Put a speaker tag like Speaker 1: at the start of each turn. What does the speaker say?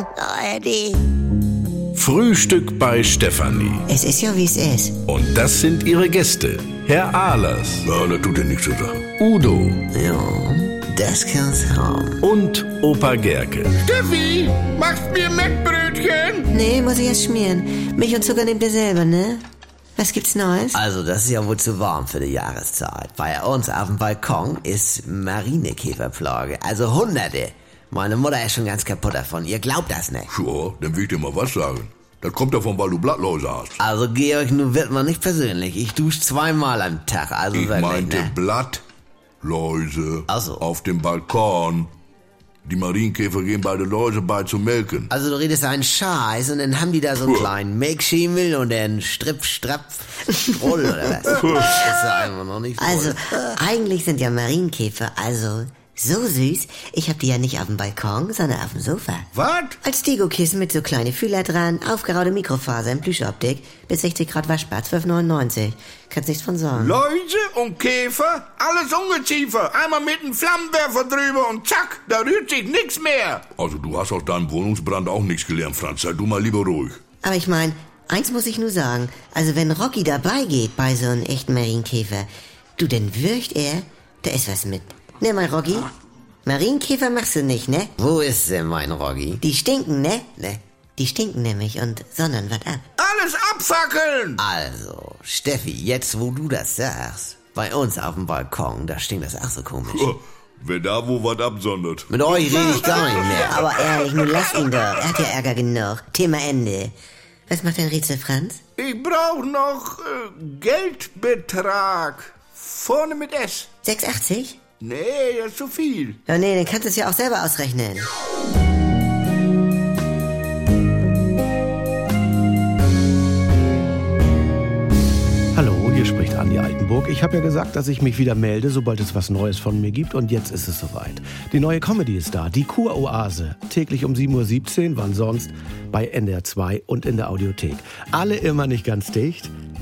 Speaker 1: ARD.
Speaker 2: Frühstück bei Stefanie.
Speaker 1: Es ist ja, wie es ist.
Speaker 2: Und das sind ihre Gäste. Herr Ahlers. Ja, das tut ja nichts zu sagen. Udo
Speaker 1: Ja, das kann's haben.
Speaker 2: und Opa Gerke.
Speaker 3: Steffi, machst mir Mettbrötchen?
Speaker 1: Nee, muss ich erst schmieren. Milch und Zucker nehmt ihr selber, ne? Was gibt's Neues?
Speaker 4: Also, das ist ja wohl zu warm für die Jahreszeit. Bei uns auf dem Balkon ist Marinekäferplage. Also Hunderte. Meine Mutter ist schon ganz kaputt davon. Ihr glaubt das nicht.
Speaker 3: Ja, dann will ich dir mal was sagen. Das kommt davon, weil du Blattläuse hast.
Speaker 4: Also, Georg, nun wird man nicht persönlich. Ich dusche zweimal am Tag. Also
Speaker 3: Ich
Speaker 4: wirklich,
Speaker 3: meinte
Speaker 4: ne?
Speaker 3: Blattläuse
Speaker 4: Ach so.
Speaker 3: auf dem Balkon. Die Marienkäfer gehen bei den Läusen bei zu melken.
Speaker 4: Also, du redest einen Scheiß und dann haben die da so einen kleinen Melkschimmel und dann Stripp, Strapp, Strull oder was. Das ist ja einfach noch nicht voll.
Speaker 1: Also, eigentlich sind ja Marienkäfer, also so süß. Ich hab die ja nicht auf dem Balkon, sondern auf dem Sofa.
Speaker 3: Was?
Speaker 1: Als Deko-Kissen mit so kleine Fühler dran, aufgeraute Mikrofaser in Plüschoptik, bis 60 Grad waschbar, 12,99. Kannst nichts von sagen.
Speaker 3: Läuse und Käfer, alles Ungeziefer. Einmal mit einem Flammenwerfer drüber und zack, da rührt sich nichts mehr. Also du hast aus deinem Wohnungsbrand auch nichts gelernt, Franz. Sei du mal lieber ruhig.
Speaker 1: Aber ich mein, eins muss ich nur sagen. Also wenn Rocky dabei geht bei so einem echten Marienkäfer, du, dann würcht er, da ist was mit. Ne, mein Rocky? Marienkäfer machst du nicht, ne?
Speaker 4: Wo ist denn mein Roggi?
Speaker 1: Die stinken, ne?
Speaker 4: Ne?
Speaker 1: Die stinken nämlich und sondern was ab.
Speaker 3: Alles abfackeln!
Speaker 4: Also, Steffi, jetzt wo du das sagst, bei uns auf dem Balkon, da stinkt das ach so komisch.
Speaker 3: Oh, wer da wo was absondert.
Speaker 4: Mit euch rede ich gar nicht mehr.
Speaker 1: Aber ehrlich, nun lass ihn doch. Er hat ja Ärger genug. Thema Ende. Was macht dein Rätsel, Franz?
Speaker 3: Ich brauch noch äh, Geldbetrag. Vorne mit S.
Speaker 1: 6,80?
Speaker 3: Nee, das ist zu viel.
Speaker 1: Ja, nee, dann kannst du es ja auch selber ausrechnen.
Speaker 5: Hallo, hier spricht Andi Altenburg. Ich habe ja gesagt, dass ich mich wieder melde, sobald es was Neues von mir gibt. Und jetzt ist es soweit. Die neue Comedy ist da, die Kuroase. Täglich um 7.17 Uhr, wann sonst, bei NDR 2 und in der Audiothek. Alle immer nicht ganz dicht.